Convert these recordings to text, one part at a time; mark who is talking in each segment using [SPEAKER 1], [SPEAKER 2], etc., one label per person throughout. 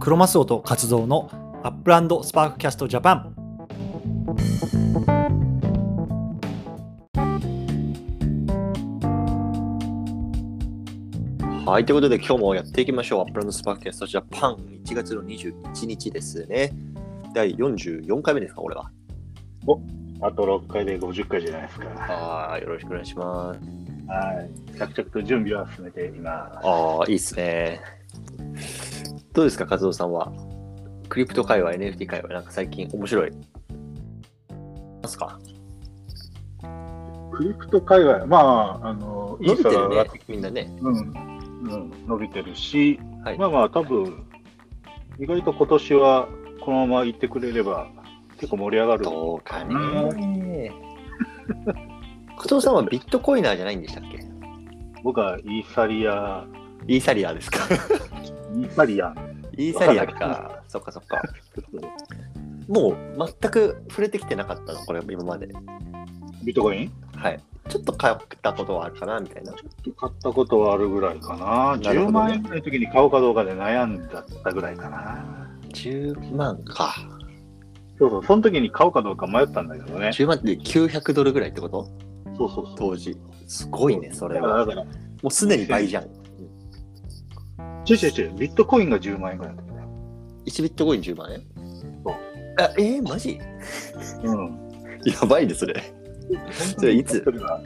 [SPEAKER 1] クロマスオと活動のアップランドスパークキャストジャパンはい、ということで今日もやっていきましょう。アップランドスパークキャストジャパン1月の21日ですね。第44回目ですか、これは。
[SPEAKER 2] あと6回で50回じゃないですか。
[SPEAKER 1] ああ、よろしくお願いします。
[SPEAKER 2] はい。着々と準備は進めています。
[SPEAKER 1] ああ、いいっすね。どうですか、和夫さんは。クリプト界隈、NFT 界隈、なんか最近面白い。ますか
[SPEAKER 2] クリプト界隈、まあ、あの、イ
[SPEAKER 1] 伸
[SPEAKER 2] ー
[SPEAKER 1] び
[SPEAKER 2] サ
[SPEAKER 1] て
[SPEAKER 2] が
[SPEAKER 1] る
[SPEAKER 2] 上が
[SPEAKER 1] ね
[SPEAKER 2] って、
[SPEAKER 1] みんなね。
[SPEAKER 2] うん、うん、伸びてるし、
[SPEAKER 1] はい
[SPEAKER 2] まあまあ、多分意外と今年はこのまま行ってくれれば、結構盛り上がる。
[SPEAKER 1] どうか ね。加藤さんはビットコイナーじゃないんでしたっけ
[SPEAKER 2] 僕はイーサリア、
[SPEAKER 1] イーサリアですか
[SPEAKER 2] イーサリアン。
[SPEAKER 1] イーサリアか。そっかそっか。 もう全く触れてきてなかったの、これ今まで。
[SPEAKER 2] ビットコイン
[SPEAKER 1] はい。ちょっと買ったことはあるかなみたいな。
[SPEAKER 2] 買ったことはあるぐらいかな。
[SPEAKER 1] なるほどね
[SPEAKER 2] 10万円ぐらいの時に買おうかどうかで悩んだったぐらいかな。
[SPEAKER 1] 10万か。
[SPEAKER 2] そうそう、その時に買おうかどうか迷ったんだけどね。
[SPEAKER 1] 10万って900ドルぐらいってこと
[SPEAKER 2] そうそうそう。
[SPEAKER 1] 当時。すごいね、それ
[SPEAKER 2] だから、
[SPEAKER 1] は。
[SPEAKER 2] だから、
[SPEAKER 1] もうすでに倍じゃん。
[SPEAKER 2] ちょいちょいちょい、ビットコインが10万円ぐらいだったね。
[SPEAKER 1] 1ビットコイン10万円
[SPEAKER 2] そう
[SPEAKER 1] あえー、マジ
[SPEAKER 2] うん。
[SPEAKER 1] やばいね、それ。それいつ
[SPEAKER 2] それが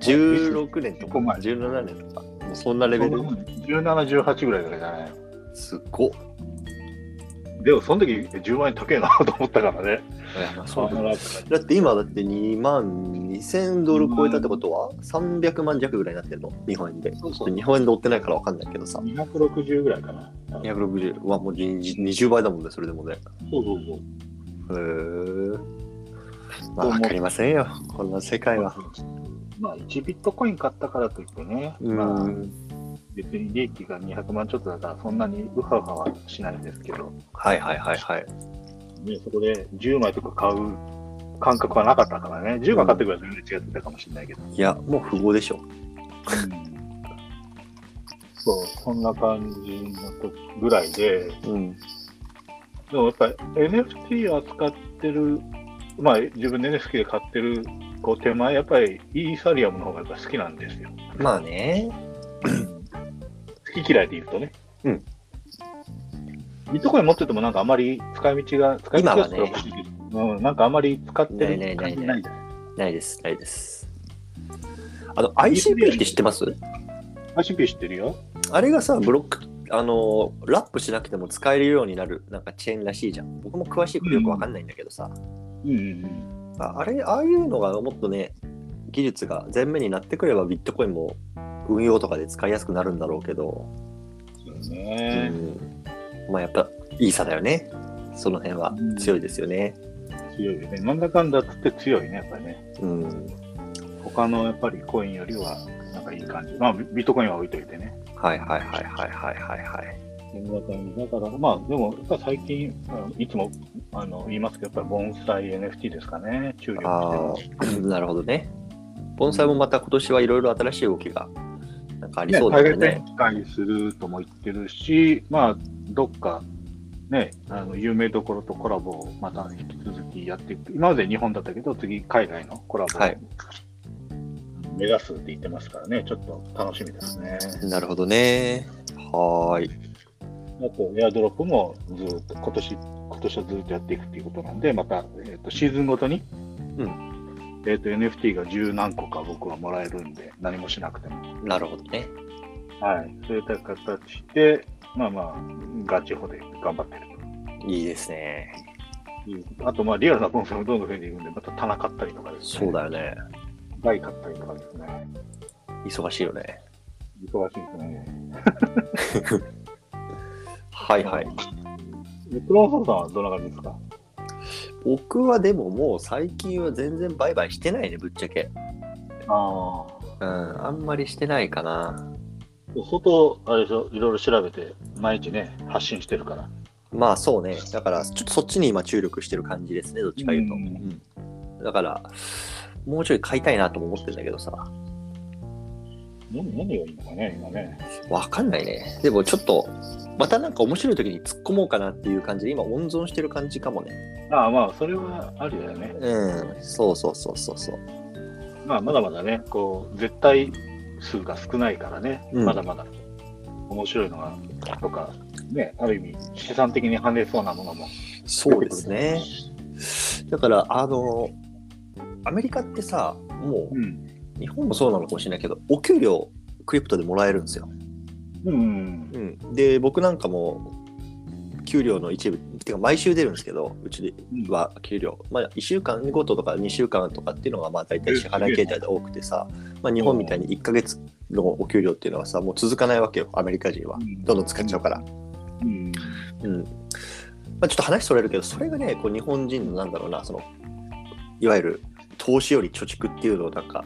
[SPEAKER 1] 16年とか
[SPEAKER 2] 結構前
[SPEAKER 1] 17年とか。もうそんなレベル。
[SPEAKER 2] 17、18ぐらいだからじゃない
[SPEAKER 1] すっごっ。
[SPEAKER 2] でも、その時10万円高えなと思ったからね。
[SPEAKER 1] いやまあ
[SPEAKER 2] そう
[SPEAKER 1] だ
[SPEAKER 2] だ
[SPEAKER 1] ね
[SPEAKER 2] な。
[SPEAKER 1] だって今だって2万2000ドル超えたってことは300万弱ぐらいになってるの日本円で。
[SPEAKER 2] そうそう
[SPEAKER 1] 日本円で追ってないからわかんないけどさ。
[SPEAKER 2] 260ぐらいかな。
[SPEAKER 1] 260はもう20倍だもんね、それでもね。
[SPEAKER 2] そうそうそう。
[SPEAKER 1] へーまあ、わかりませんよ、こんな世界は。
[SPEAKER 2] まあ、1ビットコイン買ったからといってね、
[SPEAKER 1] う
[SPEAKER 2] まあ、
[SPEAKER 1] ん。
[SPEAKER 2] 別に利益が200万ちょっとだから、そんなにウハウハはしないんですけど、
[SPEAKER 1] はいはいはいはい。
[SPEAKER 2] ね、そこで10枚とか買う感覚はなかったからね、10枚買ってくれば全然違ってたかもしれないけど。
[SPEAKER 1] いや、もう富豪でしょ。
[SPEAKER 2] そう、そんな感じのとぐらいで、
[SPEAKER 1] うん。
[SPEAKER 2] でもやっぱり NFT を扱ってる、まあ自分で NFT で買ってるこう手前、やっぱりイーサリアムの方がやっぱ好きなんですよ。
[SPEAKER 1] まあね。
[SPEAKER 2] 好き嫌いで言うとね。
[SPEAKER 1] うん。
[SPEAKER 2] ビットコイン持っててもなんかあまり使い道が、使い道が
[SPEAKER 1] 今はね
[SPEAKER 2] 少しいけどうん、なんかあまり使って
[SPEAKER 1] な
[SPEAKER 2] る
[SPEAKER 1] いな
[SPEAKER 2] 感
[SPEAKER 1] いな
[SPEAKER 2] じ
[SPEAKER 1] い
[SPEAKER 2] ないじゃない
[SPEAKER 1] ないです、ないです。あの、ICP って知ってます
[SPEAKER 2] アシピ知ってるよ。
[SPEAKER 1] あれがさ、ブロック、あの、ラップしなくても使えるようになる、なんかチェーンらしいじゃん。僕も詳しいことよくわかんないんだけどさ。
[SPEAKER 2] うんうん
[SPEAKER 1] ああれ、ああいうのがもっとね、技術が前面になってくれば、ビットコインも運用とかで使いやすくなるんだろうけど、
[SPEAKER 2] うん。そうね。
[SPEAKER 1] うん、まあやっぱ、いい差だよね。その辺は
[SPEAKER 2] うん
[SPEAKER 1] 強いですよね。
[SPEAKER 2] 強いよね。なんだかんだつって強いね、やっぱりね。
[SPEAKER 1] うん。
[SPEAKER 2] 他のやっぱりコインよりはなんかいい感じ。まあビビットコインは置いといてね。
[SPEAKER 1] はいはいはいはいはいはいはい。
[SPEAKER 2] そんな感じ。だからまあでもやっぱ最近あのいつもあの言いますけどやっぱり盆栽 NFT ですかね。注
[SPEAKER 1] あ
[SPEAKER 2] 力して
[SPEAKER 1] あ、 なるほどね。盆栽もまた今年はいろいろ新しい動きが、なんかあ
[SPEAKER 2] る。
[SPEAKER 1] り
[SPEAKER 2] ね、
[SPEAKER 1] そうだ
[SPEAKER 2] 海
[SPEAKER 1] よ
[SPEAKER 2] 外
[SPEAKER 1] ね。
[SPEAKER 2] 展開するとも言ってるし、まあどっかね、あの有名どころとコラボをまた引き続きやっていく。今まで日本だったけど次海外のコラボを
[SPEAKER 1] はい
[SPEAKER 2] 目指すって言ってますからね。ちょっと楽しみですね。
[SPEAKER 1] なるほどね。はーい。
[SPEAKER 2] あと、エアドロップもずーっと、今年、今年はずーっとやっていくっていうことなんで、また、えー、とシーズンごとに、
[SPEAKER 1] うん
[SPEAKER 2] えー、と NFT が十何個か僕はもらえるんで、何もしなくても。
[SPEAKER 1] なるほどね。
[SPEAKER 2] はい。そういった形で、まあまあ、ガチホで頑張ってる
[SPEAKER 1] いいですね。
[SPEAKER 2] ということ。あと、まあ、リアルなコンセプトもどんどん増えていくんで、また棚買ったりとかですね。
[SPEAKER 1] そうだよね。
[SPEAKER 2] 台買ったりとかですね。
[SPEAKER 1] 忙しいよね。
[SPEAKER 2] 忙しいですね。
[SPEAKER 1] はいはい。
[SPEAKER 2] でクローンソンさんはどんな感じですか
[SPEAKER 1] 僕はでももう最近は全然売買してないね、ぶっちゃけ。
[SPEAKER 2] ああ。
[SPEAKER 1] うん、あんまりしてないかな。
[SPEAKER 2] 相当、あれでしょ、いろいろ調べて、毎日ね、発信してるから。
[SPEAKER 1] まあそうね。だから、ちょっとそっちに今注力してる感じですね、どっちか言うと。
[SPEAKER 2] うん
[SPEAKER 1] うんだから、もうちょい買いたいなとも思ってるんだけどさ。
[SPEAKER 2] 何何がいいのかね、今ね。
[SPEAKER 1] わかんないね。でもちょっと、またなんか面白い時に突っ込もうかなっていう感じで、今温存してる感じかもね。
[SPEAKER 2] まあまあ、それはありだよね。
[SPEAKER 1] うん、そうそうそうそうそう。
[SPEAKER 2] まあ、まだまだね、こう、絶対数が少ないからね、
[SPEAKER 1] うん
[SPEAKER 2] まだまだ面白いのが、とか、ね、ある意味、資産的に跳ねそうなものも。
[SPEAKER 1] そうですね。だから、あの、アメリカってさ、も
[SPEAKER 2] うん。
[SPEAKER 1] う、日本もそうなのかもしれないけど、お給料、クリプトでもらえるんですよ。
[SPEAKER 2] うん。
[SPEAKER 1] うん、で、僕なんかも、給料の一部、てか毎週出るんですけど、うちでは給料、まあ、1週間ごととか2週間とかっていうのがまあ大体支払い形態で多くてさ、まあ、日本みたいに1ヶ月のお給料っていうのはさもう続かないわけよアメリカ人は
[SPEAKER 2] うん
[SPEAKER 1] どんどん使っちゃうから、
[SPEAKER 2] うん。
[SPEAKER 1] うんまあ、ちょっと話それるけどそれがねこう日本人のなんだろうなそのいわゆる投資より貯蓄っていうのをなんか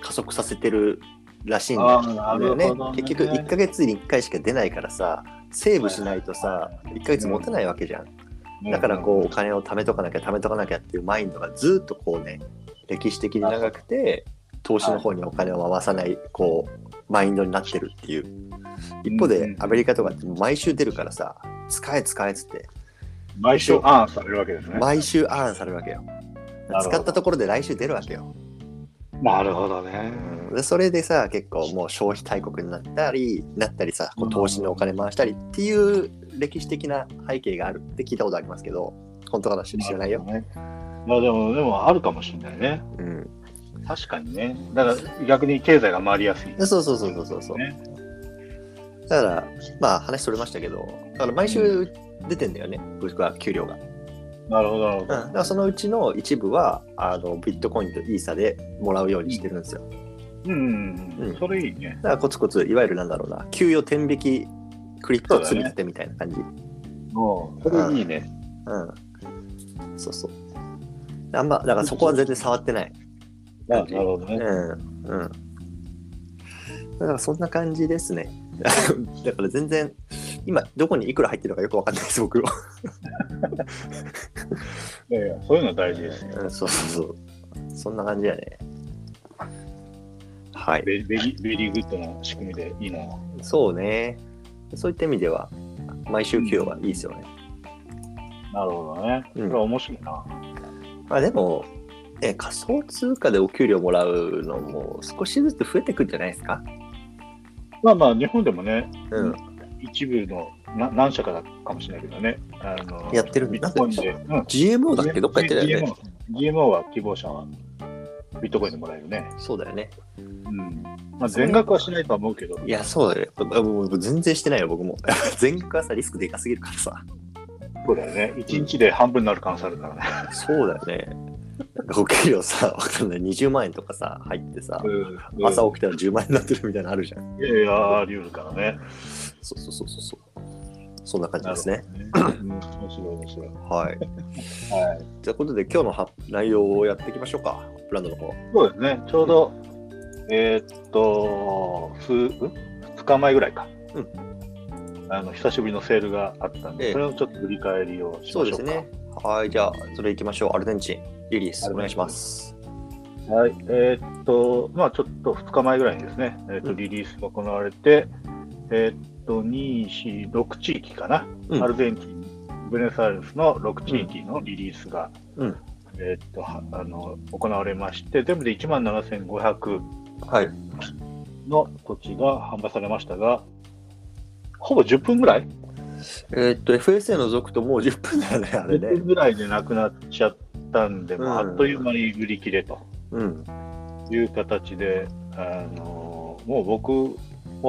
[SPEAKER 1] 加速させてるらしいんだよ
[SPEAKER 2] ああ、なるほ
[SPEAKER 1] ね
[SPEAKER 2] ど、ね。
[SPEAKER 1] 結局1ヶ月に1回しか出ないからさセーブしないとさ1ヶ月持てないわけじゃんだからこうお金を貯めとかなきゃ貯めとかなきゃっていうマインドがずっとこうね歴史的に長くて投資の方にお金を回さないこうマインドになってるっていう一方
[SPEAKER 2] うん
[SPEAKER 1] で
[SPEAKER 2] うん
[SPEAKER 1] アメリカとかって毎週出るからさ使え使えっつって
[SPEAKER 2] うん、毎週アーンされるわけですね。
[SPEAKER 1] 毎週アーンされるわけよ
[SPEAKER 2] なるほど
[SPEAKER 1] 使ったところで来週出るわけよ
[SPEAKER 2] なるほどね。
[SPEAKER 1] でそれでさ結構もう消費大国になったりなったりさこう投資のお金回したりっていう歴史的な背景があるって聞いたことありますけど本当かな知らないよ、
[SPEAKER 2] なるほどね。まあでも、でもあるかもしれないね。
[SPEAKER 1] うん、
[SPEAKER 2] 確かにね。だから逆に経済が回りやすい。
[SPEAKER 1] そうそうそうそうそうそう、
[SPEAKER 2] ね
[SPEAKER 1] だからまあ話それましたけどだから毎週出てんだよね、僕は給料が、うん、
[SPEAKER 2] なるほど、なるほど。
[SPEAKER 1] だからそのうちの一部はあのビットコインとイーサでもらうようにしてるんですよ
[SPEAKER 2] うん、
[SPEAKER 1] う
[SPEAKER 2] うんん、それいいね。
[SPEAKER 1] だからコツコツいわゆるなんだろうな給与天引きクリプト積み立てみたいな感じう,、
[SPEAKER 2] もう、それいいね。
[SPEAKER 1] んそうそうあんまだからそこは全然触ってない
[SPEAKER 2] ななるほどね。
[SPEAKER 1] うんうん。だからそんな感じですね。 だから全然、今どこにいくら入ってるのかよくわかんないです、僕は。
[SPEAKER 2] いやいや、そういうの大事ですね。
[SPEAKER 1] うん、そうそうそう。そんな感じやね。はい。
[SPEAKER 2] ベベリベリーグッドな仕組みでいいな。
[SPEAKER 1] そうね。そういった意味では、毎週給与はいいですよね。
[SPEAKER 2] なるほどね。
[SPEAKER 1] う
[SPEAKER 2] そ
[SPEAKER 1] ん
[SPEAKER 2] れは面白いな。
[SPEAKER 1] まあでも、ね、仮想通貨でお給料もらうのも少しずつ増えてくんじゃないですか
[SPEAKER 2] まあまあ、日本でもね、
[SPEAKER 1] うん。
[SPEAKER 2] 一部のな何社かだかもしれないけどね。あの
[SPEAKER 1] やってるん
[SPEAKER 2] ビ
[SPEAKER 1] だ
[SPEAKER 2] ットコインで。うん。
[SPEAKER 1] GMO だっけどっか行ってたよね。
[SPEAKER 2] GMO, GMO は希望者はビットコインでもらえるね。
[SPEAKER 1] そうだよね。
[SPEAKER 2] うん。まあ、全額はしないとは思うけど、
[SPEAKER 1] いや、そうだよ。もうもう全然してないよ、僕も。 全額はさ、リスクでかすぎるからさ。
[SPEAKER 2] そうだよね。一日で半分になる可能性あるからね。
[SPEAKER 1] そうだよね。なんかお給料さ、わかんない、20万円とかさ、入ってさ、
[SPEAKER 2] うん
[SPEAKER 1] 朝起きたら10万円になってるみたいなのあるじゃん。
[SPEAKER 2] いやいや、あり得るからね。
[SPEAKER 1] そうそうそうそうそう。そんな感じですね。
[SPEAKER 2] なるほどね。うん面白い、面白い。
[SPEAKER 1] はい。
[SPEAKER 2] はい。
[SPEAKER 1] ということで、今日のは内容をやっていきましょうか。ブランドの方。
[SPEAKER 2] そうですね、ちょうど、えーっと、数、2日前ぐらいか。
[SPEAKER 1] う
[SPEAKER 2] あの、久しぶりのセールがあったん
[SPEAKER 1] え
[SPEAKER 2] で、
[SPEAKER 1] え
[SPEAKER 2] それをちょっと振り返りをし
[SPEAKER 1] そ
[SPEAKER 2] ま
[SPEAKER 1] う
[SPEAKER 2] し
[SPEAKER 1] で
[SPEAKER 2] ょうか。
[SPEAKER 1] すね。はい、じゃあ、それいきましょう。アルゼンチン、リリース、お願いします。
[SPEAKER 2] はい、えーっと、まあちょっと2日前ぐらいにですね、えーっ
[SPEAKER 1] う
[SPEAKER 2] と、
[SPEAKER 1] ん
[SPEAKER 2] リリースが行われて、えーっと、2、4、6地域かな、
[SPEAKER 1] うん
[SPEAKER 2] アルゼンチン、ブエノスアイレスの6地域のリリースが、
[SPEAKER 1] うん
[SPEAKER 2] えーっとはあの、行われまして、全部で1万7500
[SPEAKER 1] はい。
[SPEAKER 2] の土地が販売されましたが、ほぼ10分ぐらい、
[SPEAKER 1] えーっと、FSA 除くともう10分だよね、あれ
[SPEAKER 2] ?10
[SPEAKER 1] ね
[SPEAKER 2] 分。ぐらいでなくなっちゃったんで、まあ
[SPEAKER 1] うん
[SPEAKER 2] あっという間に売り切れと
[SPEAKER 1] うん。
[SPEAKER 2] いう形で、あのもう僕、も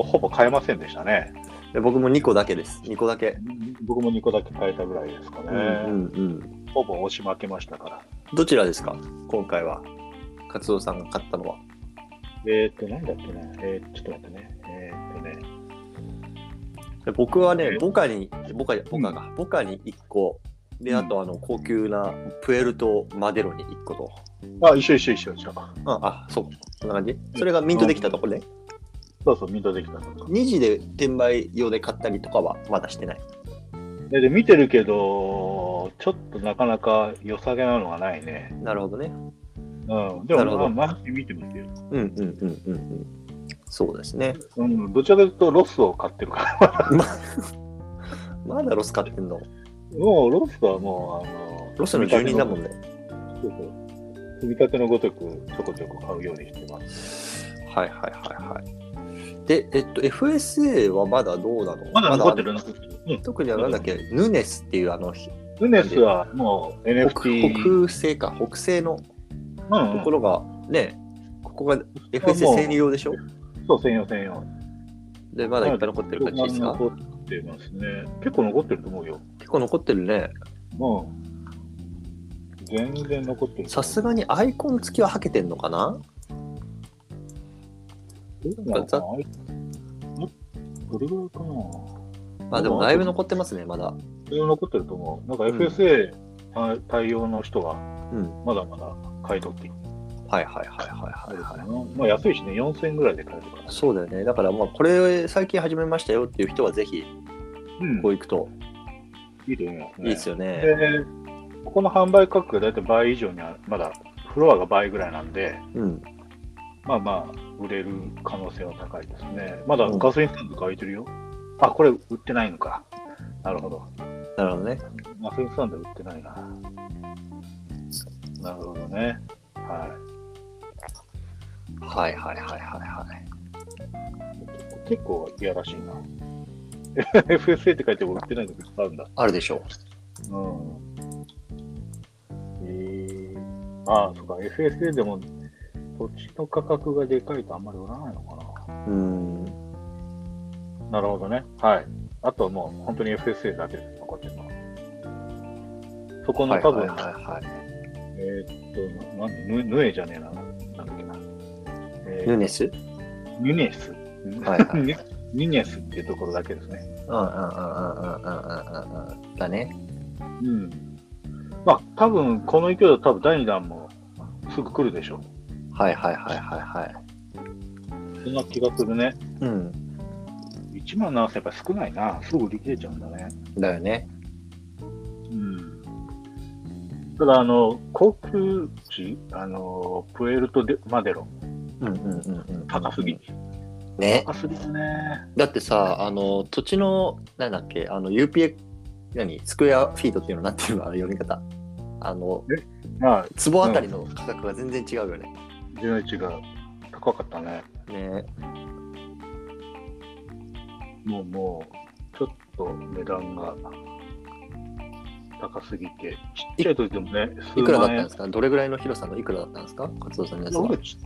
[SPEAKER 2] うほぼ買えませんでしたね。
[SPEAKER 1] で僕も2個だけです。2個だけ。
[SPEAKER 2] 僕も2個だけ買えたぐらいですかね。
[SPEAKER 1] うんうんうん。
[SPEAKER 2] ほぼ押し負けましたから。
[SPEAKER 1] どちらですか今回は。カツオさんが買ったのは。
[SPEAKER 2] えーっと、なんだっけな、えーちょっと待ってね。えーっとね、
[SPEAKER 1] で僕はね
[SPEAKER 2] え、
[SPEAKER 1] ボカに、ボカ、ボカが、ボカに1個。で、
[SPEAKER 2] うん
[SPEAKER 1] あと、あの、高級なプエルト・マデロに1個と。
[SPEAKER 2] あ、一緒一緒一緒一緒。
[SPEAKER 1] あ、あそう。そんな感じそれがミントできたとこね。
[SPEAKER 2] そうそう、ミントできたとか。
[SPEAKER 1] 2時で転売用で買ったりとかはまだしてない。
[SPEAKER 2] で、で見てるけど、ちょっとなかなか良さげなのがないね。
[SPEAKER 1] なるほどね。
[SPEAKER 2] うん、で
[SPEAKER 1] なるほど
[SPEAKER 2] も、まあ、毎日見てますよ。
[SPEAKER 1] うんうんうんうんうん。そうですね。
[SPEAKER 2] うん、どちらかというとロスを買ってるから。
[SPEAKER 1] まだロス買ってんの
[SPEAKER 2] もうロスはもう、あの、
[SPEAKER 1] ロスの住人だもんね。
[SPEAKER 2] そうそう。積み立てのごとくちょこちょこ買うようにしてます。
[SPEAKER 1] はいはいはいはい。で、えっと、FSA はまだどうなの
[SPEAKER 2] まだ残ってるな。うん。
[SPEAKER 1] 特にはなんだっけ、ヌネスっていうあの、ひ
[SPEAKER 2] ルネスはもう
[SPEAKER 1] 北
[SPEAKER 2] NFT
[SPEAKER 1] 北西か、北西の
[SPEAKER 2] うんうん
[SPEAKER 1] ところが、ね、ここが
[SPEAKER 2] も
[SPEAKER 1] FSA
[SPEAKER 2] う
[SPEAKER 1] 専用でしょ
[SPEAKER 2] そう、専用専用。
[SPEAKER 1] で、まだいっぱい残ってる感じですか
[SPEAKER 2] 残ってますね。結構残ってると思うよ。
[SPEAKER 1] 結構残ってるね。
[SPEAKER 2] うん。全然残ってる。
[SPEAKER 1] さすがにアイコン付きははけてんのかな
[SPEAKER 2] どうなのかなあれどれぐらいかな
[SPEAKER 1] まあでもだいぶ残ってますね、まだ。
[SPEAKER 2] いろいろ残ってると思う。なんか
[SPEAKER 1] うん
[SPEAKER 2] FSA 対対応の人が
[SPEAKER 1] うん。
[SPEAKER 2] まだまだ買い取ってい
[SPEAKER 1] はいはいはいはいはい、はい。
[SPEAKER 2] まあ安いしね、4000円ぐらいで買えるから。
[SPEAKER 1] そうだよね。だからまあこれ最近始めましたよっていう人はぜひ
[SPEAKER 2] うん
[SPEAKER 1] こう行くと
[SPEAKER 2] いいと思います
[SPEAKER 1] いい
[SPEAKER 2] ね。
[SPEAKER 1] ですよね。
[SPEAKER 2] でここの販売価格がだいたい倍以上には、まだフロアが倍ぐらいなんで、
[SPEAKER 1] うん。
[SPEAKER 2] まあまあ、売れる可能性は高いですね。まだガソリンスタンドが空いてるよ。あ、これ売ってないのか。なるほど。
[SPEAKER 1] なるほどね。
[SPEAKER 2] ガソリンスタンド売ってないな。なるほどね。はい。
[SPEAKER 1] はいはいはいはいはい。
[SPEAKER 2] 結構いやらしいな。FSA って書いても売ってないのがいっぱいあるんだ。
[SPEAKER 1] あるでしょ
[SPEAKER 2] うん。えー、ああ、そうか、FSA でも土地の価格がでかいとあんまり売らないのか
[SPEAKER 1] う。うん。
[SPEAKER 2] な。なるほどね。はい。あとはもう本当に FSA だけです、残ってるのは。そこ
[SPEAKER 1] は
[SPEAKER 2] の
[SPEAKER 1] い
[SPEAKER 2] 多
[SPEAKER 1] は
[SPEAKER 2] 分、
[SPEAKER 1] いはいはい。
[SPEAKER 2] えーっと、なんで、ヌヌエじゃねえな。なんだっけな。え
[SPEAKER 1] ヌ
[SPEAKER 2] ー、
[SPEAKER 1] ネスはい
[SPEAKER 2] ヌネス。
[SPEAKER 1] はい。うんうん
[SPEAKER 2] ヌヌネスっていうところだけですね。
[SPEAKER 1] うんうんうんうんうんうんうん。だね。
[SPEAKER 2] うん。まあ、多分この勢いだと多分第2弾もすぐ来るでしょ
[SPEAKER 1] はいはいはいはいは
[SPEAKER 2] う。そんな気がするね。
[SPEAKER 1] い。うん。
[SPEAKER 2] 1万7000やっぱ少ないな。すぐ売り切れちゃうんだね。
[SPEAKER 1] だよね。
[SPEAKER 2] うん。ただ、あの、航空地、あの、プエルトデマデロ、
[SPEAKER 1] うんうんうんうん。
[SPEAKER 2] 高すぎ。。
[SPEAKER 1] ね。
[SPEAKER 2] 高すぎるね。
[SPEAKER 1] だってさ、あの、土地の、なんだっけ、あの、UPX、何スクエアフィートっていうのなんていうのあの読み方。あの、
[SPEAKER 2] まあ、
[SPEAKER 1] 坪あたりの価格が全然違うよね。
[SPEAKER 2] 11が高かったね。
[SPEAKER 1] ね
[SPEAKER 2] もう、もう、ちょっと値段が高すぎて、ちっちゃい時でもね、数
[SPEAKER 1] いくらだったん
[SPEAKER 2] 万円
[SPEAKER 1] ですかどれぐらいの広さのいくらだったんですか活動さんのやつは
[SPEAKER 2] なん。かちち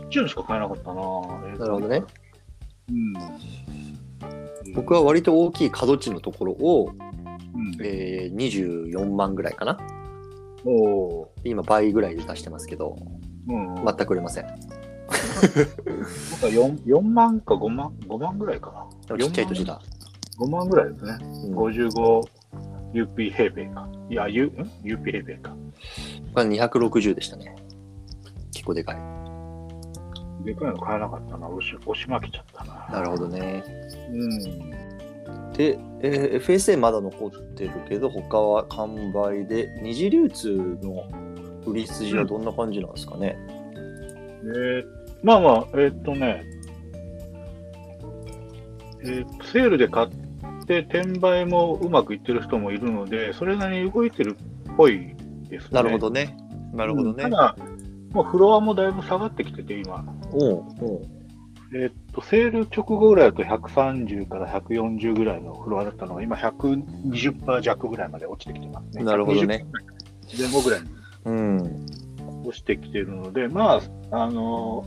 [SPEAKER 2] っちゃいのしか買えなかったな。
[SPEAKER 1] なるほどね。
[SPEAKER 2] うん。
[SPEAKER 1] 僕は割と大きい角地のところを、
[SPEAKER 2] うん、
[SPEAKER 1] えー、24万ぐらいかな
[SPEAKER 2] おお
[SPEAKER 1] で今倍ぐらいで出してますけど
[SPEAKER 2] ー。うん。
[SPEAKER 1] 全く売れません
[SPEAKER 2] なんか 4, 4万か5万、5万ぐらいかな。
[SPEAKER 1] でもちっちゃい土地だ、
[SPEAKER 2] 5万ぐらいですね。
[SPEAKER 1] うん、こ
[SPEAKER 2] 55UP 平米か。いや、U、ん ?UP 平米か。
[SPEAKER 1] れ260でしたね結構でかい
[SPEAKER 2] でかいの買えなかったな。押し押し負けちゃったな。
[SPEAKER 1] なるほどね
[SPEAKER 2] うん。
[SPEAKER 1] で、えー FSA まだ残ってるけど他は完売で二次流通の売り筋はどんな感じなんですかね、
[SPEAKER 2] えーまあまあ、えーっとね、えーセールで買って転売もうまくいってる人もいるので、それなりに動いてるっぽいですね。
[SPEAKER 1] なるほどねなるほどね、
[SPEAKER 2] うんただ、もうフロアもだいぶ下がってきてて、今。
[SPEAKER 1] うんうん
[SPEAKER 2] えーっと、セール直後ぐらいだと130から140ぐらいのフロアだったのが、今120%弱ぐらいまで落ちてきてますね。
[SPEAKER 1] なるほどね。
[SPEAKER 2] 前後ぐらいに
[SPEAKER 1] うん
[SPEAKER 2] 落ちてきてるので、まあ、あの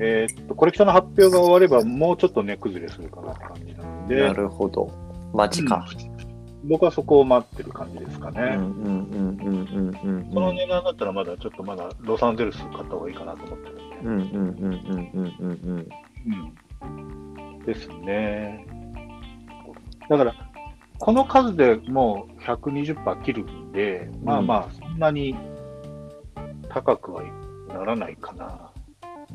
[SPEAKER 2] えーっと、コレクションの発表が終われば、もうちょっと値崩れするかなって感じなので、
[SPEAKER 1] なるほど街か、
[SPEAKER 2] 僕はそこを待ってる感じですか
[SPEAKER 1] うん、う
[SPEAKER 2] ね。
[SPEAKER 1] んうんうんうんうんうん
[SPEAKER 2] この値段だったら、まだちょっとまだロサンゼルス買った方がいいかなと思ってるんで。
[SPEAKER 1] うんうんうんうんうんうんうん
[SPEAKER 2] うんですね。だから、この数でもう120%切るんで、まあまあ、そんなに高くはならないかな、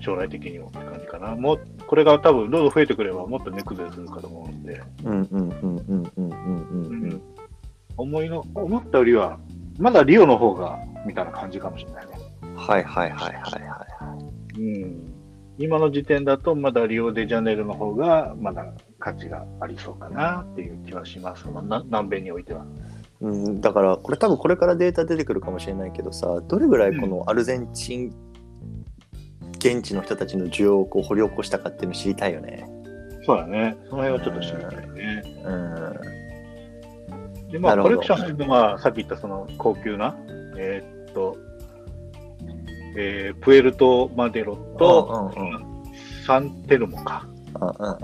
[SPEAKER 2] 将来的にもって感じかな。もうこれが多分、どんどん増えてくれば、もっと値崩れするかと思うんで、
[SPEAKER 1] うんうんうんうんうんうんうん
[SPEAKER 2] 思いの思ったよりは、まだリオの方がみたいな感じかもしれないね。
[SPEAKER 1] うんはいはいはいはいはい
[SPEAKER 2] うん今の時点だとまだリオデジャネイロの方がまだ価値がありそうかなっていう気はします、まあな南米においては。
[SPEAKER 1] うん、だからこれ多分これからデータ出てくるかもしれないけどさどれぐらいこのアルゼンチン現地の人たちの需要をこう掘り起こしたかっていうの知りたいよね。
[SPEAKER 2] そうだね、その辺はちょっと知りたいね。
[SPEAKER 1] うん、
[SPEAKER 2] で、まあ、
[SPEAKER 1] なるほど
[SPEAKER 2] コレクションするのは、さっき言ったその高級な、えーっと、えープエルト・マデロと
[SPEAKER 1] うんうんうん
[SPEAKER 2] サンテルモか。
[SPEAKER 1] うんうんうん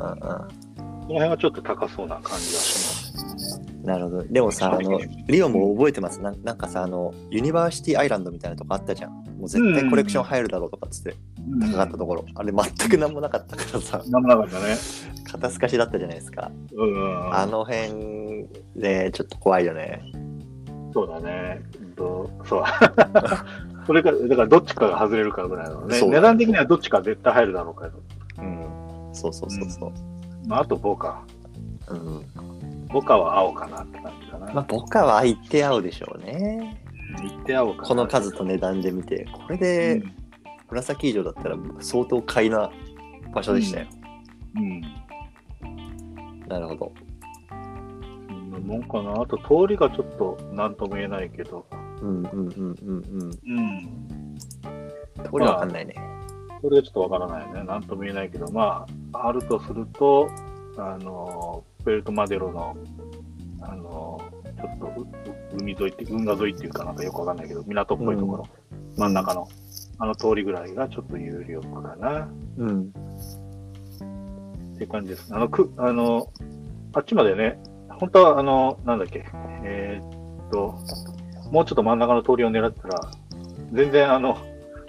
[SPEAKER 2] この辺はちょっと高そうな感じがします。
[SPEAKER 1] うんなるほどでもさあのリオも覚えてますななんかさあのユニバーシティアイランドみたいなとこあったじゃんもう絶対コレクション入るだろうとかっつって高かったところ、あれ全く何もなかったからさ
[SPEAKER 2] なんもなかったね。
[SPEAKER 1] 肩透かしだったじゃないですか
[SPEAKER 2] うんうんうん。
[SPEAKER 1] あの辺でちょっと怖いよね
[SPEAKER 2] そうだね。うんと そう。それから、だからどっちかが外れるかぐらいだろうね。
[SPEAKER 1] そうだね
[SPEAKER 2] 値段的にはどっちか絶対入るだろうから。
[SPEAKER 1] うんそうそうそうそう、
[SPEAKER 2] まあ、あとボカ。
[SPEAKER 1] うん
[SPEAKER 2] ボカは青かなって感じかな。
[SPEAKER 1] まあ、僕は相手合うでしょうね。
[SPEAKER 2] 行って青かな。
[SPEAKER 1] この数と値段で見て、これで紫以上だったら相当買いな場所でしたよ。
[SPEAKER 2] うん。うん
[SPEAKER 1] なるほど。
[SPEAKER 2] そんなもんかな。あと通りがちょっと何とも言えないけど。
[SPEAKER 1] うんうんうんうんうん。
[SPEAKER 2] うん。
[SPEAKER 1] これわかんないね。
[SPEAKER 2] それがちょっとわからないよね。何とも言えないけど、まあ、あるとすると、あの、ベルトマデロの、あの、ちょっとうう海沿いって、運河沿いっていうかなんかよくわかんないけど、港っぽいところ、真ん中の、あの通りぐらいがちょっと有力かな。
[SPEAKER 1] うん。
[SPEAKER 2] っていう感じです。あの、く、あの、あっちまでね、本当は、あの、なんだっけ、えーっと、もうちょっと真ん中の通りを狙ってたら、全然、あの、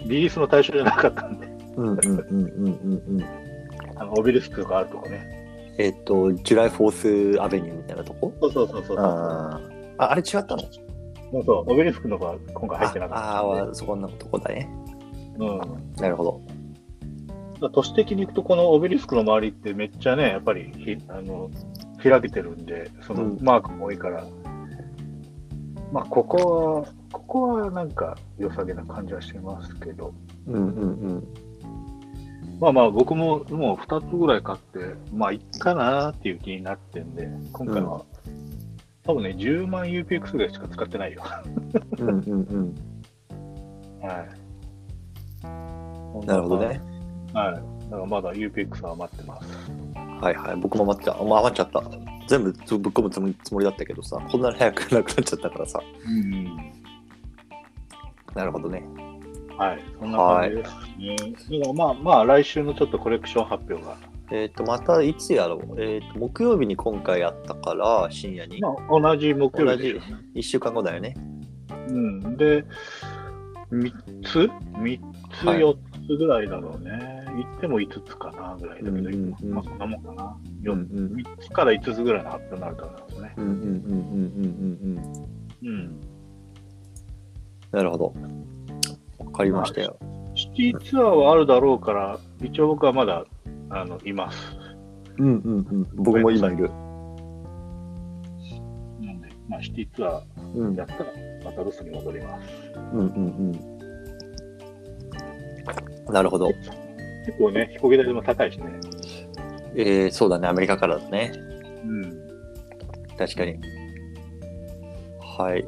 [SPEAKER 2] リリースの対象じゃなかったんで、
[SPEAKER 1] うんうんうんうんうんうん。
[SPEAKER 2] あの、オベリスクとかあるとこね。
[SPEAKER 1] えっ、と、ジュライフォースアベニューみたいなとこ
[SPEAKER 2] そうそうそうそう。
[SPEAKER 1] あーあ、あれ違ったの
[SPEAKER 2] そうそう、オベリスクのとこは今回入ってな
[SPEAKER 1] あ
[SPEAKER 2] かったんで。
[SPEAKER 1] あー、そこんなとこだね。
[SPEAKER 2] うん。だか
[SPEAKER 1] なるほど。
[SPEAKER 2] ら都市的に行くと、このオベリスクの周りってめっちゃね、やっぱりひ、あの、開けてるんで、その
[SPEAKER 1] うん
[SPEAKER 2] マークも多いから、まあ、ここは、ここはなんか良さげな感じはしますけど、
[SPEAKER 1] うんうん
[SPEAKER 2] まあまあ僕ももう2つぐらい買って、まあいっかなーっていう気になってんで、今回は、多分ね、10万 UPX ぐらいしか使ってないよ。は
[SPEAKER 1] うん。うんうんうん。
[SPEAKER 2] い。
[SPEAKER 1] なるほどね。。
[SPEAKER 2] はい。だからまだ UPX は待ってます。
[SPEAKER 1] はいはい。僕も余っちゃう。まあ、余っちゃった。全部ぶっ込むつもりつもりだったけどさ、こんなに早くなくなっちゃったからさ。
[SPEAKER 2] うん。
[SPEAKER 1] なるほどね。
[SPEAKER 2] はい。そんな感じですね。だからまあまあ来週のちょっとコレクション発表が、
[SPEAKER 1] えっ、と、またいつやろう。えっ、と、木曜日に今回あったから、深夜に。
[SPEAKER 2] まあ同じ木曜日でしょうね。
[SPEAKER 1] 1週間後だよね。
[SPEAKER 2] うん。で、3つ ?3 つ、
[SPEAKER 1] はい
[SPEAKER 2] 4つぐらいだろうね。言っても5つかなぐらいだ
[SPEAKER 1] う
[SPEAKER 2] けど、
[SPEAKER 1] んうんうん
[SPEAKER 2] まあそんなもんか
[SPEAKER 1] う
[SPEAKER 2] な。4
[SPEAKER 1] ん
[SPEAKER 2] 3つから5つぐらいの発表になると思いますね。
[SPEAKER 1] うんうんうんうんうんうん。
[SPEAKER 2] うん。
[SPEAKER 1] なるほど。わかりましたよ。
[SPEAKER 2] シティツアーはあるだろうから、一応僕はまだ、あの、います。
[SPEAKER 1] うんうんうん。僕も今いる。
[SPEAKER 2] なんで、まあ、シティツア
[SPEAKER 1] うんうん
[SPEAKER 2] ーやったら、またロスに戻ります。
[SPEAKER 1] うんうん。なるほど。
[SPEAKER 2] 結構ね、飛行機代でも高いしね。
[SPEAKER 1] えー、そうだね。アメリカからだね。
[SPEAKER 2] うん。
[SPEAKER 1] 確かに。はい。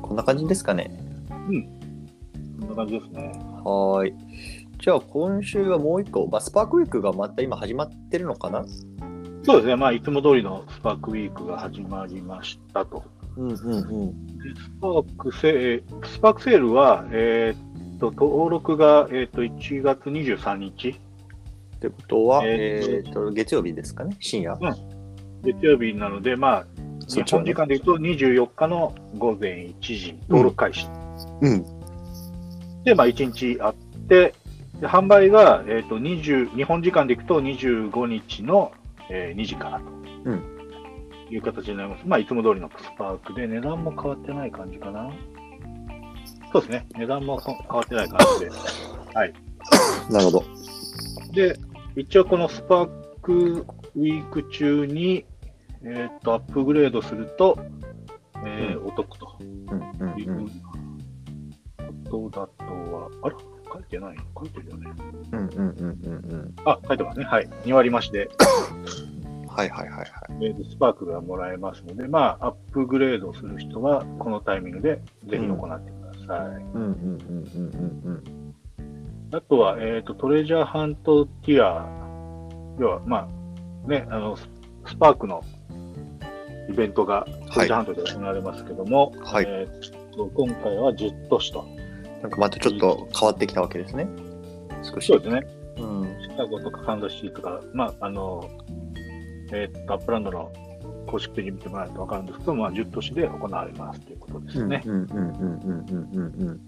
[SPEAKER 1] こんな感じですかね。
[SPEAKER 2] そんな感じですね。
[SPEAKER 1] はーい。じゃあ今週はもう一個、まあ、スパークウィークがまた今始まってるのかな
[SPEAKER 2] そうですね、まあ、いつも通りのスパークウィークが始まりましたと。
[SPEAKER 1] うんうん
[SPEAKER 2] スパークセスパークセールは、えーっと、登録が、えーっと、1月23日、
[SPEAKER 1] うん。ってことは、
[SPEAKER 2] え
[SPEAKER 1] え
[SPEAKER 2] ー
[SPEAKER 1] ーと月曜日ですかね、深夜。
[SPEAKER 2] 月曜日なので、まあ、
[SPEAKER 1] そ
[SPEAKER 2] 日
[SPEAKER 1] っちは
[SPEAKER 2] 本
[SPEAKER 1] ね
[SPEAKER 2] 時間で言うと24日の午前1時、登録開始。
[SPEAKER 1] うん。
[SPEAKER 2] で、まあ、1日あって、で販売が、えー、と20日本時間でいくと25日の、えー2時からと、
[SPEAKER 1] うん
[SPEAKER 2] いう形になります。まあ、いつも通りのスパークで、値段も変わってない感じかな。そうですね、値段も変わってない感じで。
[SPEAKER 1] なるほど。
[SPEAKER 2] で、一応このスパークウィーク中に、えー、とアップグレードすると、えーお得と
[SPEAKER 1] うんうん。
[SPEAKER 2] いううんことだとは、あら、書いてない書いてるよね。
[SPEAKER 1] うんうんうんうん
[SPEAKER 2] あ、書いてますね。はい。2割増しで、
[SPEAKER 1] うん。はいはいはいはい。
[SPEAKER 2] えーとスパークがもらえますので、まあ、アップグレードする人は、このタイミングでぜひ行ってください。
[SPEAKER 1] うんうんうんうん
[SPEAKER 2] あとは、えーと、トレジャーハントティア、要は、まあ、ね、あの、ススパークのイベントが、トレジャーハントで行われますけども、
[SPEAKER 1] はい
[SPEAKER 2] えーと今回は10都市と。
[SPEAKER 1] うん。なんかまたちょっと変わってきたわけですね。少し。
[SPEAKER 2] そうですね。
[SPEAKER 1] うん。
[SPEAKER 2] シカゴとかカンザスシティとか、まあ、あの、えーっと、アップランドの公式ページ見てもらえると分かるんですけど、まあ、10都市で行われますということで
[SPEAKER 1] う
[SPEAKER 2] す
[SPEAKER 1] ん
[SPEAKER 2] ね。
[SPEAKER 1] うんうんうんうんうんうん。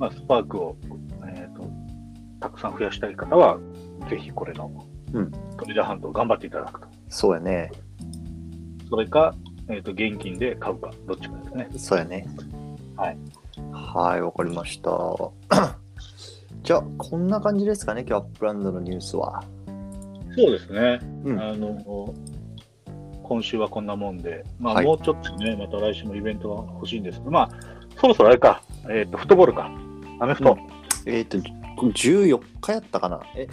[SPEAKER 2] まあ、スパークを、えーっと、たくさん増やしたい方は、ぜひこれの、
[SPEAKER 1] うん
[SPEAKER 2] トレジャーハントを頑張っていただくと。
[SPEAKER 1] そうやね。
[SPEAKER 2] それか、えーっと、現金で買うか、どっちかですね。
[SPEAKER 1] そうやね。
[SPEAKER 2] はい。
[SPEAKER 1] はい、わかりました。 じゃあ、こんな感じですかね、今日アップランドのニュースは。
[SPEAKER 2] そうですね。
[SPEAKER 1] うん
[SPEAKER 2] あの、今週はこんなもんで、まあ、
[SPEAKER 1] はい
[SPEAKER 2] もうちょっとね、また来週もイベントが欲しいんですけど、まあ、そろそろあれか、えーっと、フットボールか、アメフト。
[SPEAKER 1] えっ、と、14日やったかな。え、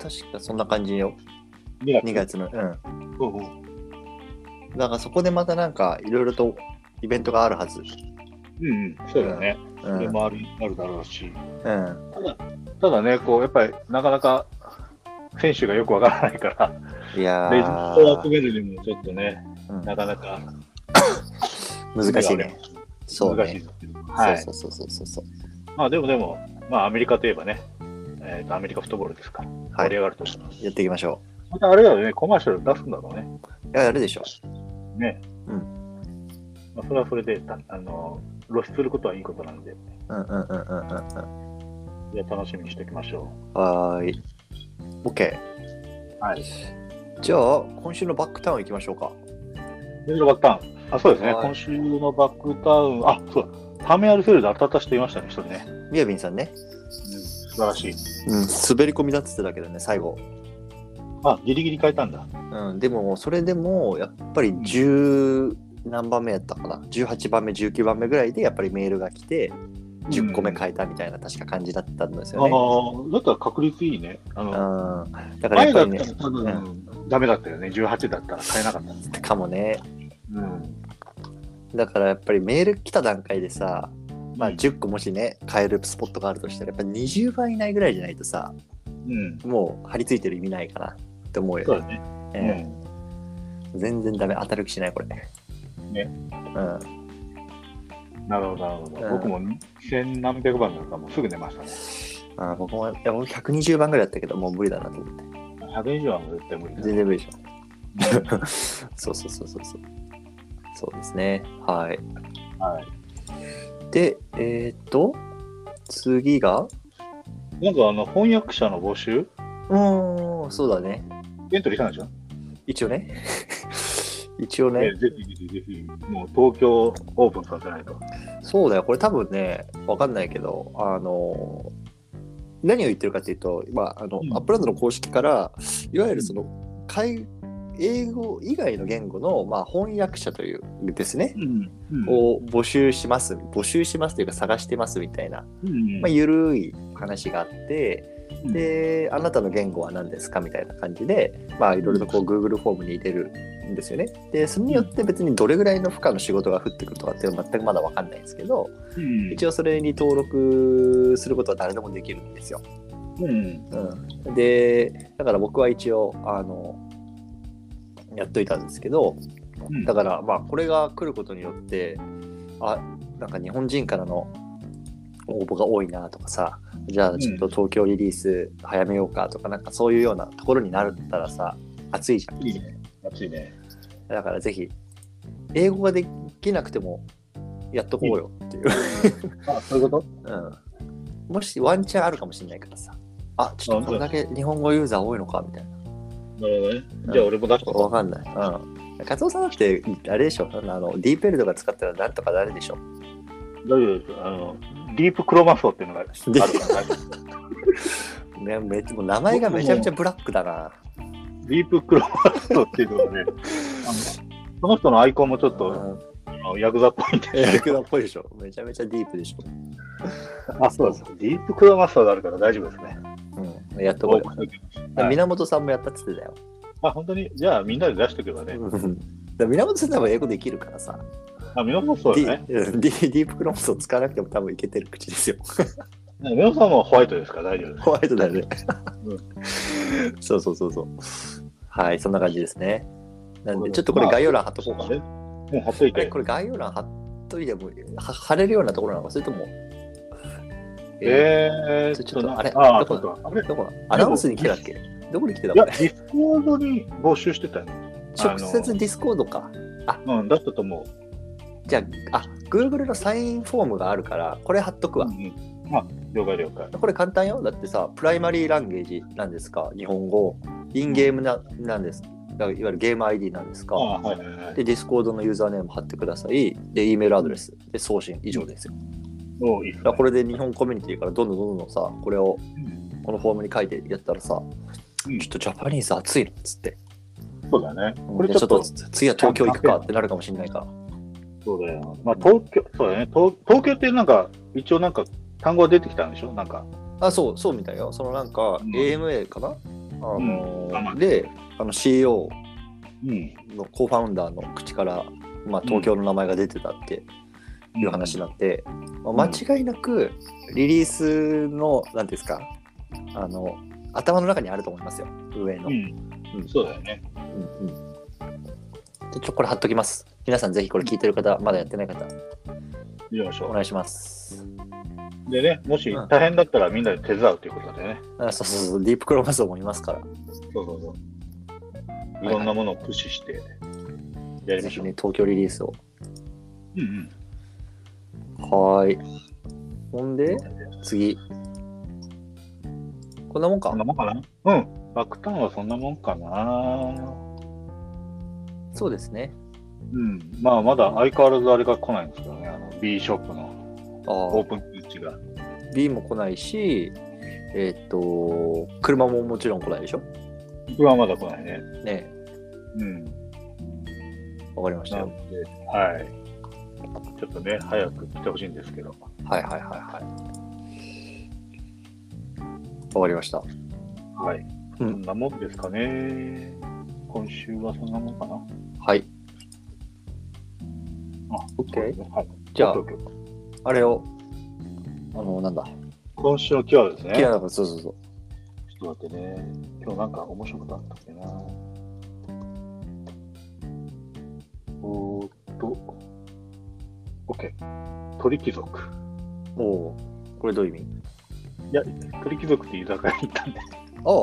[SPEAKER 1] 確かそんな感じよ、
[SPEAKER 2] 2月
[SPEAKER 1] 2月の。う
[SPEAKER 2] うんうん
[SPEAKER 1] ん。だからそこでまたなんか、いろいろとイベントがあるはず。
[SPEAKER 2] うん、そうだね。
[SPEAKER 1] う
[SPEAKER 2] そ
[SPEAKER 1] ん。
[SPEAKER 2] れもあるあるだろうし。
[SPEAKER 1] うん、
[SPEAKER 2] ただね、こう、やっぱりなかなか選手がよくわからないから、
[SPEAKER 1] いや
[SPEAKER 2] レジスト
[SPEAKER 1] ー
[SPEAKER 2] ア集、めるにもちょっとね、
[SPEAKER 1] うん
[SPEAKER 2] なかなか
[SPEAKER 1] 難しいね。そう
[SPEAKER 2] 難しい
[SPEAKER 1] ね。
[SPEAKER 2] ですけど。
[SPEAKER 1] そ
[SPEAKER 2] は
[SPEAKER 1] う
[SPEAKER 2] い
[SPEAKER 1] そ。うそうそうそうそう。
[SPEAKER 2] まあでもでも、まあアメリカといえばね、えーとアメリカフットボールですから、
[SPEAKER 1] は
[SPEAKER 2] 盛り
[SPEAKER 1] い。
[SPEAKER 2] 上がると思います。
[SPEAKER 1] やっていきましょ
[SPEAKER 2] またあれだよね、コマーシャル出すんだろうね。
[SPEAKER 1] う。いや、やるでしょ。
[SPEAKER 2] ね。
[SPEAKER 1] うん
[SPEAKER 2] まあ、それはそれで、たあの、露出することはいいことなんで、
[SPEAKER 1] うんうんうんうんうんうん。
[SPEAKER 2] じゃあ楽しみにしておきましょ
[SPEAKER 1] はーい。OK。
[SPEAKER 2] う。はい。
[SPEAKER 1] じゃあ、今週のバックタウン行きましょうか。
[SPEAKER 2] 今週のバックタウン。あ、そうですね。
[SPEAKER 1] はい
[SPEAKER 2] 今週のバックタウン。あ、そうだ。ターミナルフィールド、あたたしていましたね、一人ね。
[SPEAKER 1] みやびんさんね。
[SPEAKER 2] 素晴らしい。
[SPEAKER 1] うん、滑り込みだっつってたけどね、最後。
[SPEAKER 2] あ、ギリギリ変えたんだ。
[SPEAKER 1] うん、でも、それでも、やっぱり10何番目やったかな。18番目、19番目ぐらいで、やっぱりメールが来て、10個目
[SPEAKER 2] え
[SPEAKER 1] 変えたみたいな、確か感じだったんです
[SPEAKER 2] た、
[SPEAKER 1] よね。
[SPEAKER 2] ああ、だったら確率いいね。あ
[SPEAKER 1] う
[SPEAKER 2] の、
[SPEAKER 1] ん、だからや
[SPEAKER 2] 前
[SPEAKER 1] っぱ
[SPEAKER 2] だっ
[SPEAKER 1] りね
[SPEAKER 2] たら、多分、ダメだったよね。18だったら変えなかった。う
[SPEAKER 1] かもね。
[SPEAKER 2] ん。
[SPEAKER 1] だからやっぱりメール来た段階でさ、
[SPEAKER 2] まあ、
[SPEAKER 1] 10個もしね、変えるスポットがあるとしたら、やっぱ20番以内ぐらいじゃないとさ、
[SPEAKER 2] うん。
[SPEAKER 1] もう張り付いてる意味ないかなって思う
[SPEAKER 2] そ
[SPEAKER 1] よ
[SPEAKER 2] う
[SPEAKER 1] ね。
[SPEAKER 2] だ
[SPEAKER 1] え
[SPEAKER 2] ね。
[SPEAKER 1] え全然ダメ当たる気しないこれねうん
[SPEAKER 2] うん。なるほど、なるほ
[SPEAKER 1] う
[SPEAKER 2] ど。
[SPEAKER 1] ん
[SPEAKER 2] 僕も千何百番だったらもうすぐ寝ましたね。
[SPEAKER 1] あー僕もいや僕120番ぐらいだったけどもう無理だなと思って
[SPEAKER 2] 100以上はもう絶対無理だ、
[SPEAKER 1] 全
[SPEAKER 2] ね。
[SPEAKER 1] 然無理でしょ そうそうそうそうそうそうですねはい
[SPEAKER 2] はい。
[SPEAKER 1] でえー、っと次が
[SPEAKER 2] なんか、あの、翻訳者の募集
[SPEAKER 1] うーんそうだね
[SPEAKER 2] エントリーしたんでしょ
[SPEAKER 1] 一応ね 一応
[SPEAKER 2] え
[SPEAKER 1] ね
[SPEAKER 2] ーぜひぜひぜひ、もう東京オープンさせないと。
[SPEAKER 1] そうだよこれ多分ねわかんないけどあのー何を言ってるかっていうと、まあ、あの
[SPEAKER 2] うん
[SPEAKER 1] アップランドの公式からいわゆるその海英語以外の言語の、まあ、翻訳者というですね
[SPEAKER 2] うん。
[SPEAKER 1] を募集します募集しますというか探してますみたいな、
[SPEAKER 2] うん
[SPEAKER 1] まあ、ゆるい話があって
[SPEAKER 2] うん
[SPEAKER 1] であなたの言語は何ですかみたいな感じで、まあ、いろいろとこう Google フォームに入れるんですよねでそれによって別にどれぐらいの負荷の仕事が降ってくるとかっていうのは全くまだ分かんないんですけど
[SPEAKER 2] うん
[SPEAKER 1] 一応それに登録することは誰でもできるんですよ、
[SPEAKER 2] うん。
[SPEAKER 1] うん、でだから僕は一応あのやっといたんですけど、
[SPEAKER 2] うん
[SPEAKER 1] だからまあこれが来ることによってあなんか日本人からの応募が多いなとかさじゃあちょっと東京リリース早めようかとか、なんかそういうようなところになったらさ熱いじゃん
[SPEAKER 2] いいね。暑いね。
[SPEAKER 1] だからぜひ英語ができなくてもやっとこうよっていう、
[SPEAKER 2] あ、そういうこと
[SPEAKER 1] うん、もしワンチャンあるかもしれないからさあちょっとこんだけ日本語ユーザー多いのかみたいな
[SPEAKER 2] なるほどね。じゃあ俺も出しと
[SPEAKER 1] わ
[SPEAKER 2] こ
[SPEAKER 1] かんないうんカツオさんだってあれでしょあのディーペルとか使ったらなんとかなるでしょ
[SPEAKER 2] う。大丈夫です。あの、ディープクロマスオっていうのがあ る
[SPEAKER 1] で
[SPEAKER 2] から、
[SPEAKER 1] ね、
[SPEAKER 2] ね、
[SPEAKER 1] めもう名前がめちゃめちゃブラックだな。
[SPEAKER 2] ディープクロマスオっていうのがね、あの、その人のアイコンもちょっと、
[SPEAKER 1] うん
[SPEAKER 2] あのヤクザっぽいんで、
[SPEAKER 1] ヤクザっぽいでしょ。めちゃめちゃディープでしょ。
[SPEAKER 2] あ、そうです。ディープクラマスターがあるから大丈夫ですね。
[SPEAKER 1] うん、やっとこうかな。
[SPEAKER 2] はい
[SPEAKER 1] 源さんもやったっつってたよ。
[SPEAKER 2] あ、本当に、じゃあみんなで出しておけば
[SPEAKER 1] だ
[SPEAKER 2] ね。
[SPEAKER 1] から源さん多分英語できるからさ、
[SPEAKER 2] あ、皆さんそう
[SPEAKER 1] ディ
[SPEAKER 2] だね。
[SPEAKER 1] うんディディープクロムスを使わなくても多分いけてる口ですよ。
[SPEAKER 2] ね皆さんはホワイトですから大丈夫です。
[SPEAKER 1] ホワイトだよね。そうそうそうそう。はい、そんな感じですね。なんで、ちょっとこれ概要欄貼っとこうか。
[SPEAKER 2] ね。もう貼っとい
[SPEAKER 1] あれ
[SPEAKER 2] て
[SPEAKER 1] こ。れ概要欄貼っといてもは貼れるようなところなのか、それとも、え
[SPEAKER 2] えー、
[SPEAKER 1] ちょっと
[SPEAKER 2] な
[SPEAKER 1] あれ
[SPEAKER 2] あー、ちょ
[SPEAKER 1] ど
[SPEAKER 2] っ、
[SPEAKER 1] こと
[SPEAKER 2] あれ
[SPEAKER 1] ー、どこだアナウンスに来てたっけどこに来てた
[SPEAKER 2] いや、
[SPEAKER 1] の
[SPEAKER 2] ディスコードに募集してたよ。あ
[SPEAKER 1] 直
[SPEAKER 2] の
[SPEAKER 1] 接ディスコードか。
[SPEAKER 2] うん、だったと思う。
[SPEAKER 1] じゃあ、あ、Google のサインフォームがあるから、これ貼っとくわ。
[SPEAKER 2] うんうんあ、了解了解。
[SPEAKER 1] これ簡単よ。だってさ、プライマリーランゲージなんですか、日本語、インゲームななんですだからいわゆるゲーム ID なんです
[SPEAKER 2] あ
[SPEAKER 1] か、
[SPEAKER 2] ー、はいはいはい。
[SPEAKER 1] で、ディスコードのユーザーネーム貼ってください、で、E メールアドレス、で、送信、以上ですよ。
[SPEAKER 2] おいいっす
[SPEAKER 1] だか
[SPEAKER 2] ね
[SPEAKER 1] らこれで日本コミュニティからどんどんどんどんさ、これを
[SPEAKER 2] うん
[SPEAKER 1] このフォームに書いてやったらさ、
[SPEAKER 2] うん
[SPEAKER 1] ちょっとジャパニーズ熱いのっつって、
[SPEAKER 2] そうだね。これ
[SPEAKER 1] で
[SPEAKER 2] ちょっと、
[SPEAKER 1] 次は東京行くかってなるかもしれないから。
[SPEAKER 2] そうだよ。まあ、東京、そうだね。東東京ってなんか、一応なんか、単語が出てきたんでしょなんか。
[SPEAKER 1] あ、そう、そうみたいよ。そのなんか、
[SPEAKER 2] うん
[SPEAKER 1] AMA かなあの、
[SPEAKER 2] うん
[SPEAKER 1] で、あの CEO
[SPEAKER 2] うん。
[SPEAKER 1] のコーファウンダーの口から、まあ、東京の名前が出てたっていう話になって、まあ間違いなくリリースの何ていうんですかあの頭の中にあると思いますよ上の、
[SPEAKER 2] う
[SPEAKER 1] うん
[SPEAKER 2] ん。そうだよね。
[SPEAKER 1] うんでちょこれ貼っときます皆さんぜひこれ聞いてる方まだやってない方
[SPEAKER 2] よいし
[SPEAKER 1] お
[SPEAKER 2] ょ。
[SPEAKER 1] 願いします
[SPEAKER 2] でね、もし
[SPEAKER 1] うん
[SPEAKER 2] 大変だったらみんなで手伝うということでね。
[SPEAKER 1] あそうそうそうディープクロマスもいますから
[SPEAKER 2] そうそうそう。いろんなものを駆使して、やり
[SPEAKER 1] ぜ
[SPEAKER 2] まし
[SPEAKER 1] ひ
[SPEAKER 2] ょう。
[SPEAKER 1] ね東京リリースを
[SPEAKER 2] うんうん。
[SPEAKER 1] はーいほんで次こんなもんか
[SPEAKER 2] そんなもんかなうん。バックターンはそんなもんかな。
[SPEAKER 1] そうですね
[SPEAKER 2] うん。まあ、まだ相変わらずあれが来ないんですけどね。あの、B ショップの
[SPEAKER 1] ああ
[SPEAKER 2] オープン通知が。
[SPEAKER 1] B も来ないし、えーっと、車ももちろん来ないでしょ
[SPEAKER 2] 僕はまだ来ないね。
[SPEAKER 1] ね
[SPEAKER 2] うん。
[SPEAKER 1] えわかりました
[SPEAKER 2] な
[SPEAKER 1] よ。
[SPEAKER 2] んで、はい。ちょっとね、早く来てほしいんですけど。
[SPEAKER 1] はいはいはいはい。わかりました。
[SPEAKER 2] はい。
[SPEAKER 1] う
[SPEAKER 2] そ
[SPEAKER 1] ん
[SPEAKER 2] んなもんですかね。今週はそんなもんかな。
[SPEAKER 1] はい。
[SPEAKER 2] あ、
[SPEAKER 1] OK。
[SPEAKER 2] はい。
[SPEAKER 1] じゃあ
[SPEAKER 2] OK
[SPEAKER 1] あれを、あの、なんだ。
[SPEAKER 2] 今週のキュアですね。
[SPEAKER 1] キラだから、そうそうそう。
[SPEAKER 2] ちょっと待ってね。今日なんか面白くなったっけな。おーっと。OK。鳥貴族。
[SPEAKER 1] おおーこれどういう意味
[SPEAKER 2] いや、鳥貴族って居酒屋に行った んで。
[SPEAKER 1] ああ。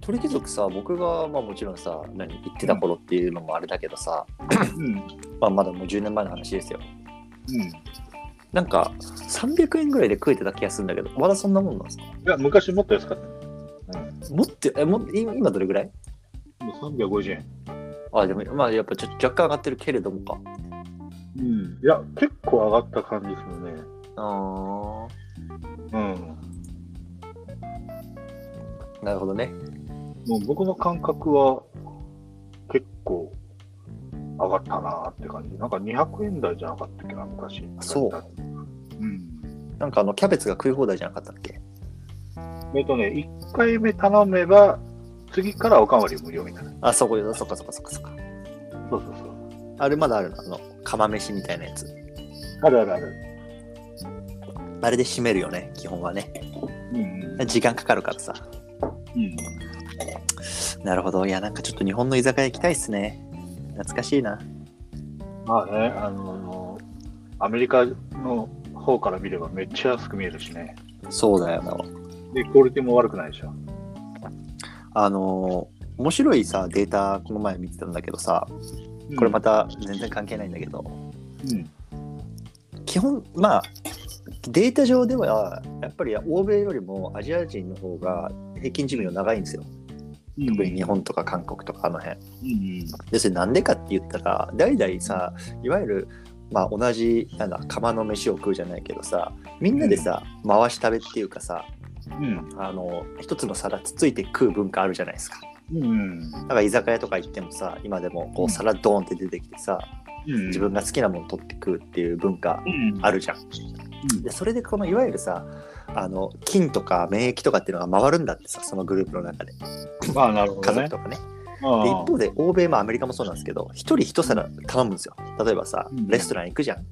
[SPEAKER 1] 鳥貴族さ、僕が、まあもちろんさ、何、行ってた頃っていうのもあれだけどさ、
[SPEAKER 2] うん。うん。
[SPEAKER 1] まあまだもう10年前の話ですよ。なんか、300円ぐらいで食えてた気がするんだけど、まだそんなもんなんですか
[SPEAKER 2] いや、昔もっと安かった。
[SPEAKER 1] 持って、え、も今今どれぐらい
[SPEAKER 2] もう350円。
[SPEAKER 1] あ、でも、まあ、やっぱちょ若干上がってるけれどもか。
[SPEAKER 2] うん。いや、結構上がった感じですよね。
[SPEAKER 1] あ
[SPEAKER 2] う
[SPEAKER 1] あ、
[SPEAKER 2] ん。
[SPEAKER 1] なるほどね。
[SPEAKER 2] もう僕の感覚は結構上がったなーって感じ。なんか200円台じゃなかったっけな、昔。
[SPEAKER 1] そう
[SPEAKER 2] うん。
[SPEAKER 1] なんかあの、キャベツが食い放題じゃなかったっけ
[SPEAKER 2] えっとね、1回目頼めば、次からおかわり無料みたいな。
[SPEAKER 1] あ、そうか、そっかそっかそっかそっか。
[SPEAKER 2] そうそうそう。
[SPEAKER 1] あれまだあるのあの、釜飯みたいなやつ。
[SPEAKER 2] あるあるある。
[SPEAKER 1] あれで締めるよね、基本はね。
[SPEAKER 2] うんうん。
[SPEAKER 1] 時間かかるからさ。
[SPEAKER 2] うん、
[SPEAKER 1] なるほど。いや、なんかちょっと日本の居酒屋行きたいっすね。懐かしいな。
[SPEAKER 2] まあね、あのーアメリカの方から見ればめっちゃ安く見えるしね。
[SPEAKER 1] そうだよな。
[SPEAKER 2] で、クオリティも悪くないでしょ。
[SPEAKER 1] あのー面白いさ、データ、この前見てたんだけどさ、これま
[SPEAKER 2] た。
[SPEAKER 1] た全然関係ないんだけど、
[SPEAKER 2] うん。
[SPEAKER 1] 基本まあデータ上ではやっぱり欧米よりもアジア人の方が平均寿命長いんですよ特に日本とか韓国とかあの辺
[SPEAKER 2] うん
[SPEAKER 1] でそれなんでかって言ったら代々さいわゆるまあ同じなんだ釜の飯を食うじゃないけどさみんなでさ回し食べっていうかさ
[SPEAKER 2] うん。うん。
[SPEAKER 1] あの一つの皿つついて食う文化あるじゃないですか
[SPEAKER 2] うん。うん。
[SPEAKER 1] だから居酒屋とか行ってもさ今でもこう皿ドーンって出てきてさ
[SPEAKER 2] うん
[SPEAKER 1] 自分が好きなもの取って食うっていう文化
[SPEAKER 2] うん
[SPEAKER 1] あるじゃん。
[SPEAKER 2] ん
[SPEAKER 1] でそれでこのいわゆるさあの菌とか免疫とかっていうのが回るんだってさそのグループの中で
[SPEAKER 2] まあ、なるほ
[SPEAKER 1] 家
[SPEAKER 2] どね
[SPEAKER 1] 族。とかね。
[SPEAKER 2] ああ
[SPEAKER 1] で一方で欧米もアメリカもそうなんですけど一人一皿頼むんですよ。例えばさ
[SPEAKER 2] うん
[SPEAKER 1] レストラン行くじゃん。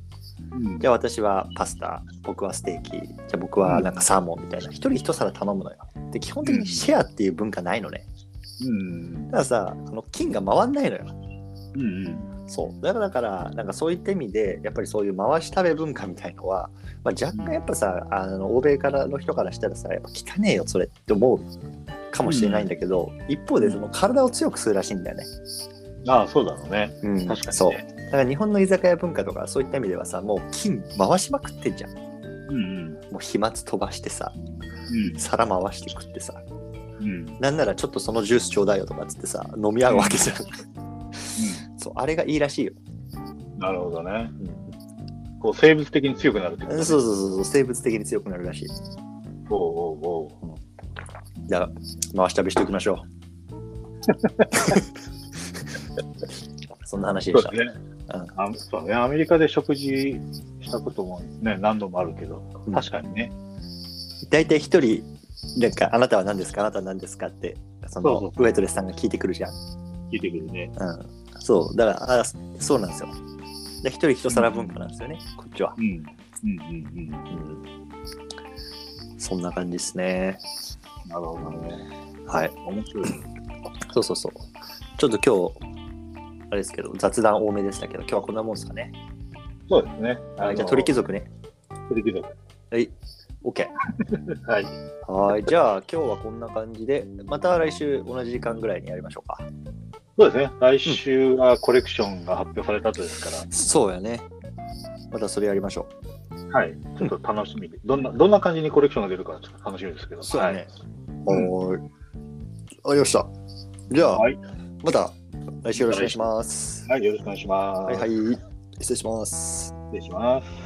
[SPEAKER 2] うん
[SPEAKER 1] じゃあ私はパスタ僕はステーキじゃあ僕はなんかサーモンみたいな一人一皿頼むのよ。で基本的にシェアっていう文化ないのね。
[SPEAKER 2] うん
[SPEAKER 1] だからさこの菌が回んないのよ。
[SPEAKER 2] うんうん
[SPEAKER 1] そうだからだからなんかそういった意味でやっぱりそういう回し食べ文化みたいのは、まあ、若干やっぱさ、あの欧米からの人からしたらさやっぱ汚ねえよそれって思うかもしれないんだけど、一方でその体を強くするらしいんだよね。
[SPEAKER 2] ああ、そうだろうね。
[SPEAKER 1] うん
[SPEAKER 2] 確か
[SPEAKER 1] そう
[SPEAKER 2] にね。
[SPEAKER 1] だから日本の居酒屋文化とかそういった意味ではさもう菌回しまくってんじゃん。
[SPEAKER 2] うん
[SPEAKER 1] もう飛沫飛ばしてさ
[SPEAKER 2] うん
[SPEAKER 1] 皿回して食ってさ
[SPEAKER 2] うんうん
[SPEAKER 1] なんならちょっとそのジュースちょうだいよとかっつってさ飲み合うわけじゃん。そうあれがいいらしいよ。
[SPEAKER 2] うんなるほどね。
[SPEAKER 1] うん
[SPEAKER 2] こう生物的に強くなるってこと
[SPEAKER 1] そうそうそうそう生物的に強くなるらしい。
[SPEAKER 2] おうおうおう
[SPEAKER 1] じゃあ、回し旅しておきましょう。そんな話で
[SPEAKER 2] そう
[SPEAKER 1] し
[SPEAKER 2] だ
[SPEAKER 1] た。
[SPEAKER 2] ね。あそうだね。アメリカで食事したこともね、何度もあるけど、
[SPEAKER 1] うん
[SPEAKER 2] 確かにね。
[SPEAKER 1] 大体一人、なんか、あなたは何ですかあなたは何ですかって、その
[SPEAKER 2] そうそう
[SPEAKER 1] ウェイトレスさんが聞いてくるじゃん。
[SPEAKER 2] 聞いてくるね。
[SPEAKER 1] うん。そう、だから、あそうなんですよ。で一人一皿文化なんですよね、こっちは
[SPEAKER 2] う。ん。うんうんう
[SPEAKER 1] う
[SPEAKER 2] ん。
[SPEAKER 1] ん。そんな感じですね。
[SPEAKER 2] なるほどね。
[SPEAKER 1] はい。
[SPEAKER 2] 面白い。
[SPEAKER 1] そうそうそう。ちょっと今日、あれですけど、雑談多めでしたけど、今日はこんなもんですかね。
[SPEAKER 2] そうですね。
[SPEAKER 1] は
[SPEAKER 2] の
[SPEAKER 1] い、じゃあ鳥貴族ね。
[SPEAKER 2] 鳥貴族。
[SPEAKER 1] はい。OK。
[SPEAKER 2] はい。
[SPEAKER 1] はい、じゃあ今日はこんな感じで、また来週同じ時間ぐらいにやりましょうか。
[SPEAKER 2] そうですね。来週はコレクションが発表されたとですから。
[SPEAKER 1] そうやね。またそれやりましょ
[SPEAKER 2] はい、ちょっと楽しみで、どんなどんな感じにコレクションが出るかちょっと楽しみですけど、
[SPEAKER 1] う。そうやね。
[SPEAKER 2] はい
[SPEAKER 1] はい。わかりました。じゃあ、
[SPEAKER 2] はい、
[SPEAKER 1] また来週よろしくお願いします。
[SPEAKER 2] はい、よろしくお願いします。
[SPEAKER 1] はいはい。失礼します。
[SPEAKER 2] 失礼します。